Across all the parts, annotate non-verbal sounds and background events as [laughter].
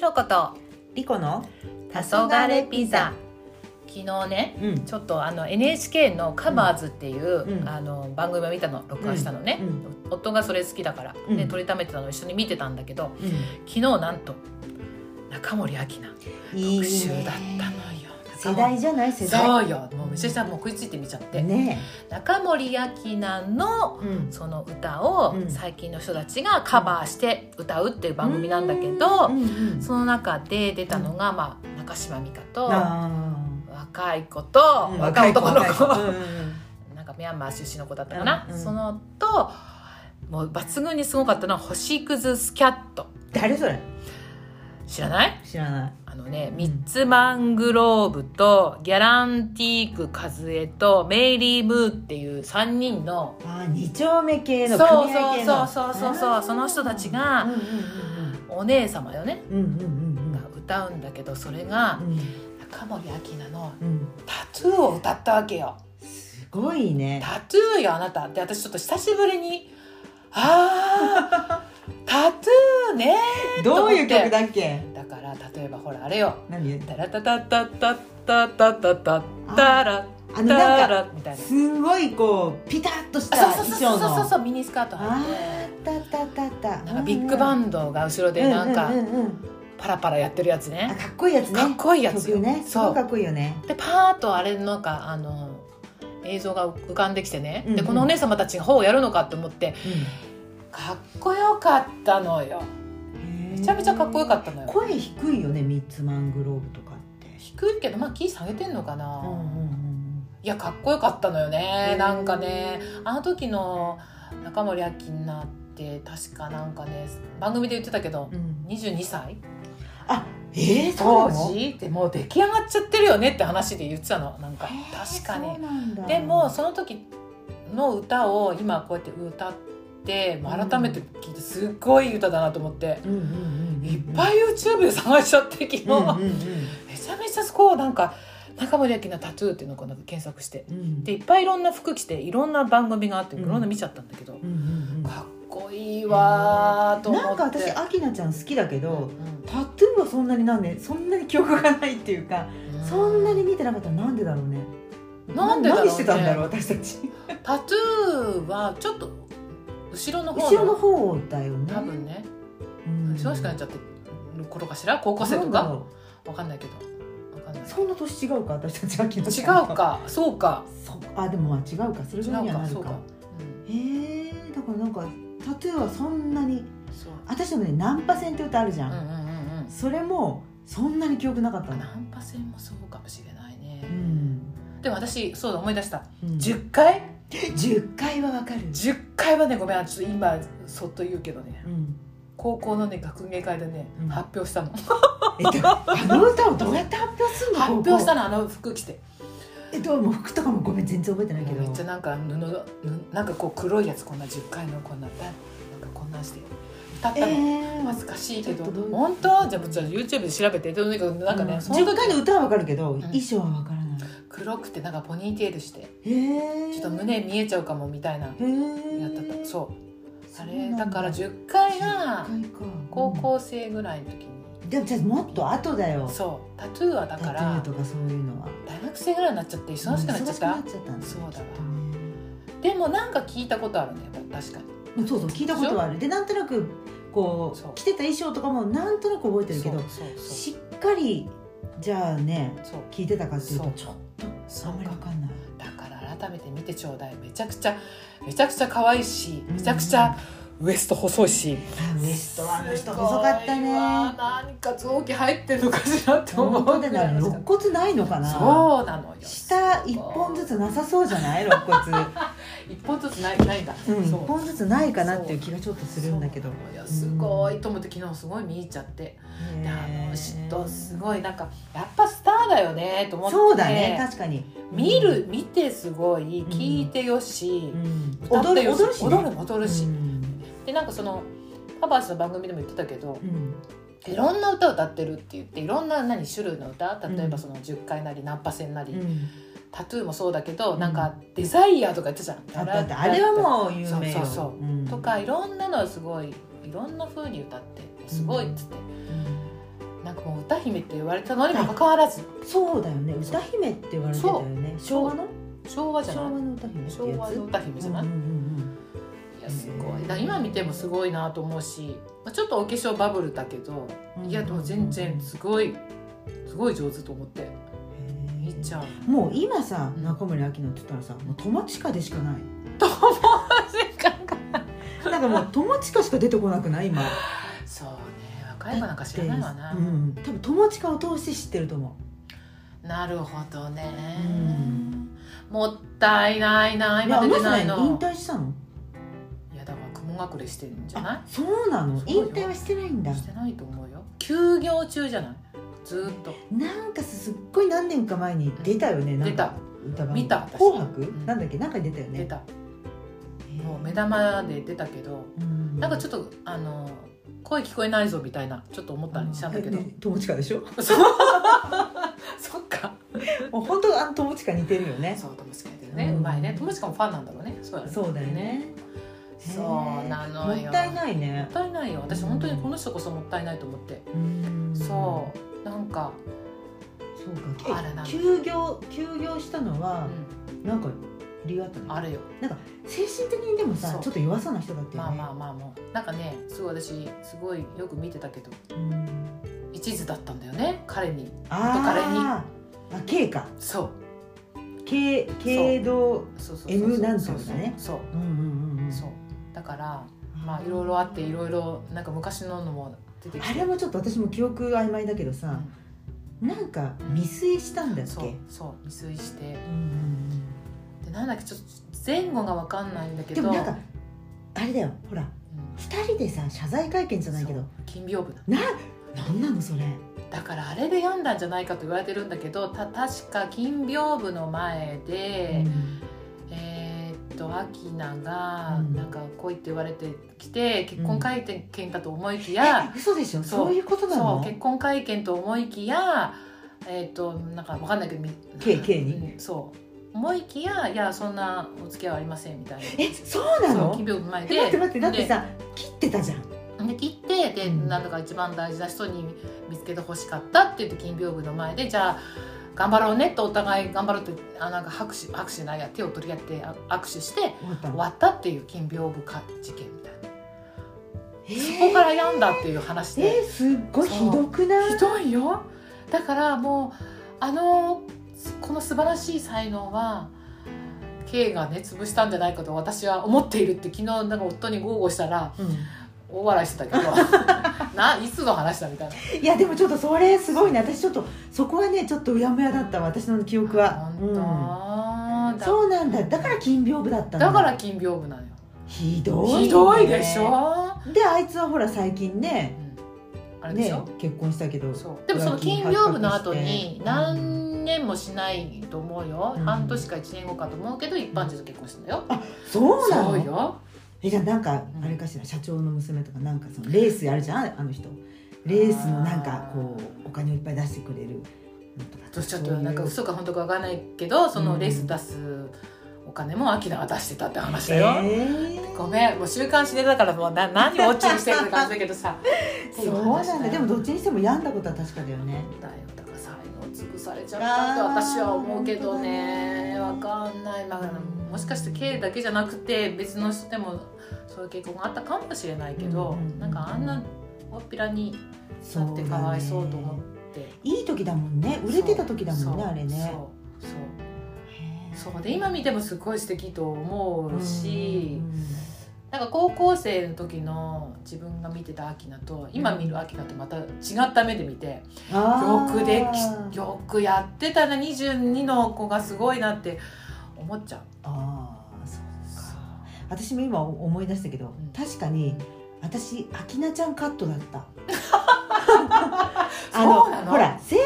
ろことリコの黄昏ピザ昨日ねうんちょっとあの NHK の「カバーズ」っていう、うんあの番組を見たの録画したのね、うん夫がそれ好きだから、うんで撮りためてたのを一緒に見てたんだけど昨日なんと中森明菜い特いね集だったのよ。世代じゃない世代そうよもうめちゃくちゃもう食いついて見ちゃって、ね中森明菜のうんその歌をうん最近の人たちがカバーして歌うっていう番組なんだけど、うんうんその中で出たのが、まあ、中島美嘉とあ若い子と、ー若い男の若い子若いうんうんなんかミャンマー出身の子だったかな、うんうんそのともう抜群にすごかったのは「星屑スキャット誰それ」知らない知らないあのね、ミッツ・マングローブとギャランティーク・カズエとメイリー・ムーっていう3人のあー二丁目系そのう組合系そのうそうそうそうその人たちがうんお姉様よねうんうんうんうんうんうんが歌うんだけどそれがうん中森明菜のうんうん「タトゥー」を歌ったわけよすご「いねタトゥーよあなた」って私ちょっと久しぶりに「あ [laughs] ータトゥーねどういう曲だっけ」だから例えばほらあれよ何「タラタタタタタタタタタラあのなタんかラ」みたいな。すんごいこうピタッとしあたそうそ衣うそ装うそうそうのそうミニスカートあ履いーたたたたてなんかビッグバンドが後ろでなんかうううんうんパラパラやってるやつあねかっこいいやつねかっこいいやつよ曲ねすそごいうかっこいいよねでパーッとあれなんかあの映像が浮かんできてね、うんうでんこのお姉様たちが方をやるのかと思ってかっこよかったのよめちゃめちゃかっこよかっったのよ声低いよねミッツマングローブとかって低いけどまあキー下げてんのかな、うんうんいやかっこよかったのよねへーなんかねあの時の中森明菜って確かなんかね番組で言ってたけどうんうん22歳あえー、そ当うなの時ってもう出来上がっちゃってるよねって話で言ってたのなんかへー確かそうになんだでもその時の歌を今こうやって歌ってまあ改めて聞いてすっごいいい歌だなと思ってうんうんうんいっぱい YouTube で探しちゃって昨日うんうんめちゃめちゃこうなんか中森明菜タトゥーっていうのをこうなんか検索してうんうんでいっぱいいろんな服着ていろんな番組があっていうんろんな見ちゃったんだけどうんうんかっこいいわーとうん思ってなんか私アキナちゃん好きだけどうタトゥーはそんなになんでそんなに記憶がないっていうかうそんなに見てなかったらなんでだろうねなんでだろうね何してたんだろう私たちタトゥーはちょっと後ろの方後ろの方だよね多分ねうん忙しくなっちゃってる頃かしら高校生となんだかろわかんないけどわかんない違うそんな年違うか私たちは違うかそうかそうあでもまあ違うかそれ違ぐうらいにはかなるそかうかへえだからなんかタトゥーはそんなにうんそう私でもねナンパ戦って歌あるじゃうんん、うんうんうんそれもそんなに記憶なかったあんだナンパ戦もそうかもしれないねうん、でも私そうだ思い出したうん、 10回10回はわかる、 10回はねごめんちょっと今そっと言うけどねうん、高校のね学芸会でねうん発表 [laughs] したの発えっとあの歌をどうやって発表するの表したののあの服着てえっともう服とかもごめん全然覚えてないけどめっちゃなんか布の布なんかこう黒いやつこんな10回のこんなバンなんかこんなんして歌ったえの、ー、恥ずかしいけどちょっとどういう本当じゃあじゃあ YouTube で調べてとにかくなんかね、うその時10回の歌はわかるけど、衣装はわからない黒くてなんかポニーテールしてへえちょっと胸見えちゃうかもみたいなへえやったとうそうあそうれなんだだから10回が10回か高校生ぐらいの時に、でもじゃあもっと後だよそうタトゥーはだタトかゥーらとかそういうのは大学生ぐらいになっちゃって忙しくなっちゃった、忙しくなっちゃったんだそうだわきっとねでもなんか聞いたことあるねやっぱ確かにうんそうそう聞いたことはあるでなんとなくこそうう着てた衣装とかもなんとなく覚えてるけどそうそうそうしっかりじゃあねそう聞いてたかっていうそとうちょっとそあうんまりわかかんないだから改めて見てちょうだいめちゃくちゃめちゃくちゃ可愛いしうんめちゃくちゃウエスト細いし、あウエストはあの人細かったすごいわね何か臓器入ってるのかしらって思本う当でだぐらい肋骨ないのかなそうなのよ下一本ずつなさそうじゃない肋骨一本ずつないないんだ、うん一 [laughs] そう本ずつないかなっていう気がちょっとするんだけどそうなのよすごいと思って昨日すごい見入っちゃって、であの人すごいなんかやっぱスターだよねと思ってそうだね確かに見る見てすごいん聞いてよしう、ん歌っ踊てるよし踊るしね踊る踊るし、うんでなんかそのカバースの番組でも言ってたけどうんいろんな歌を歌ってるって言っていろんな何種類の歌例えばうんその10回なりナンパ戦なり、うんタトゥーもそうだけど、うんなんかデザイアとか言ってたじあゃんったあったあれはもう有名よそうそうそううんとかいろんなのをすごいいろんな風に歌ってすごいっつって、うんなんかもう歌姫って言われたのにもかかわらずそうだよね歌姫って言われてたよねそう昭和の昭和じゃ昭和ないの歌姫って昭や和つの歌姫じゃない、うんうんいやすごいだから今見てもすごいなと思うし、まあ、ちょっとお化粧バブルだけどうんうんいやでも全然すごいすごい上手と思ってへえ見ちゃうもう今さうん中森明菜って言ったらさもう友近でしかないそうなんかもう友近しか出てこなくない今ね若い子なんか知らないわな、うん、多分友近を通して知ってると思なるほどね、うんもったいないなう今あ出のて人ないねの引退したのいやだから雲隠れしてるんじゃなあそうなのそうよ引退はしてないんだいしてないと思うよ休業中じゃないずーっとなんかすっごい何年か前に出たよね、なんか出た歌番組見た私紅白、うんなんだっけなんかに出たよね出たへえもう目玉で出たけどうんなんかちょっとあの声聞こえないぞみたいなちょっと思ったりしたんだけどえ [laughs] ね友近でしょそっかもう本当あの友近似てるよねそう友近やってるねうんうまいね友近もファンなんだろうねそうだねそうだよねそうなのよもったいないねもったいないよ私本当にこの人こそもったいないと思ってうんそうなんかそうかあれなんだえ休業休業したのは、うんなんか理由あったのあるよ精神的にでもさそうちょっと弱そうな人だったよまねあまあまあもうなんかねすごい私すごいよく見てたけどうん一途だったんだよね彼にあーあ K かそう K, K 道そうそうそう M そうなんとかねそううんうんうんうそうんそうだからまあいろいろあっていろいろなんか昔ののも出てきあてれもちょっと私も記憶曖昧だけどさ、なんか未遂したんだっけそうそう未遂してうんうんでなんだっけちょっと前後がわかんないんだうんけでどもなんかあれだよほらうん二人でさ謝罪会見じゃないけどそう金屏風だななんなのそれだからあれで病んだんじゃないかと言われてるんだけどた確か金屏風の前で、えーっとアキナがうんなんか来いって言われてきて結婚会見かと思いきや、え嘘でしょそうそういうことなそうの結婚会見と思いきやえっ、となんかわかんないけどみ K K にうんそう思いきやいやそんなお付き合いはありませんみたいなえそうなそうの企業の前えで待って待ってだってさ切ってたじゃんでで切ってでうんなんだか一番大事な人に見つけてほしかったって言って金屏風の前でじゃあ頑張ろうねとお互い頑張ろうってあなんか拍手拍手じゃないや手を取り合ってあ握手して終わった終のわったっていう金屏風か事件みたいな、えそーこから病んだっていう話で、えー、すっごいひどくないひどいよだからもうあのこの素晴らしい才能は K がね潰したんじゃないかと私は思っているって昨日なんか夫に豪語したらうん大笑いしてたけど [laughs] ないつの話だみたいないやでもちょっとそれすごいね私ちょっとそこはねちょっとうやむやだったわ私の記憶は、本うん、当、そうなんだだから金屏風だっただんだだから金屏風なのよひどいね、ひどいでしょ、であいつはほら最近ねうんあれでしねょ、結婚したけどそうでもその金屏風の後にうん何年もしないと思うよ、うん半年か1年後かと思うけど一般人と結婚したんだよ、そうなそうのよえじゃあなんかうんあれかしら社長の娘とかなんかそのレースやるじゃんあの人レースのなんかこうお金をいっぱい出してくれるのとかどうしちゃっそてういうなんか嘘か本当かわかんないけどそのレース出すお金もアキナが出してたって話だよ、えーごめんもう週刊誌でだからもうな何をオチにしてるって感じだけどさそうなんだでもどっちちにしても病んだことは確かだよねだよだから才能潰されちゃったって私は思うけどねわかんない、まあ、もしかして K だけじゃなくて別の人でもそういう傾向があったかもしれないけど、うんうんうんなんかあんなおっぴらになってかわいそうと思っていい時だもんね売れてた時だもんねそうあれねそうそうへーそうで今見てもすごい素敵と思うし、うんなんか高校生の時の自分が見てたアキナと今見るアキナとまた違った目で見て、あーよくできよくやってたな22の子がすごいなって思っちゃう。あーそう私も今思い出したけど、ん確かに私アキナちゃんカットだった [laughs] そうなのほら聖子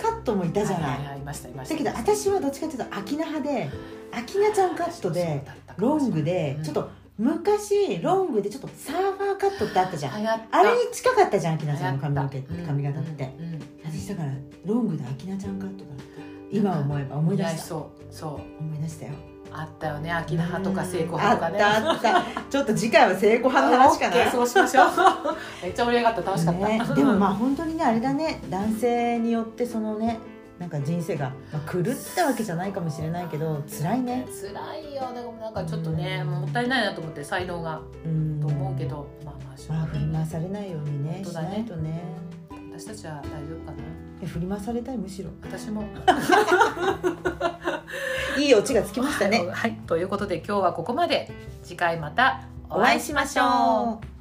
ちゃんカットもいたじゃない,、はいはいはいいましたいましただけど私はどっちかっていうとアキナ派でアキナちゃんカットでロングでちょっと昔ロングでちょっとサーファーカットってあったじゃん流行ったあれに近かったじゃんアキ流行ナちゃんの髪の毛った髪型って、うんうんうん私だからロングでアキナちゃんカットだった今思えば思い出似合いしたそうそう思い出したよあったよねアキナ派とか聖子派あっとかねたあったちょっと次回は成功派の話かオッケーなそうしましょ [laughs] うめっちゃ盛り上がった楽しかった、ね、でもまあ本当にねあれだね男性によってそのねなんか人生が、まあ、狂ったわけじゃないかもしれないけど辛いね辛いよでもなんかちょっとねもったいないなと思って才能がうんと思うけど、まあまあしょうまあが振りない回されないようにね本当しだねないとね私たちは大丈夫かなえ振り回されたいむしろ私もいいオチが [laughs] つきましたねはい、ということで今日はここまで次回またおお会会いいししままししょうょう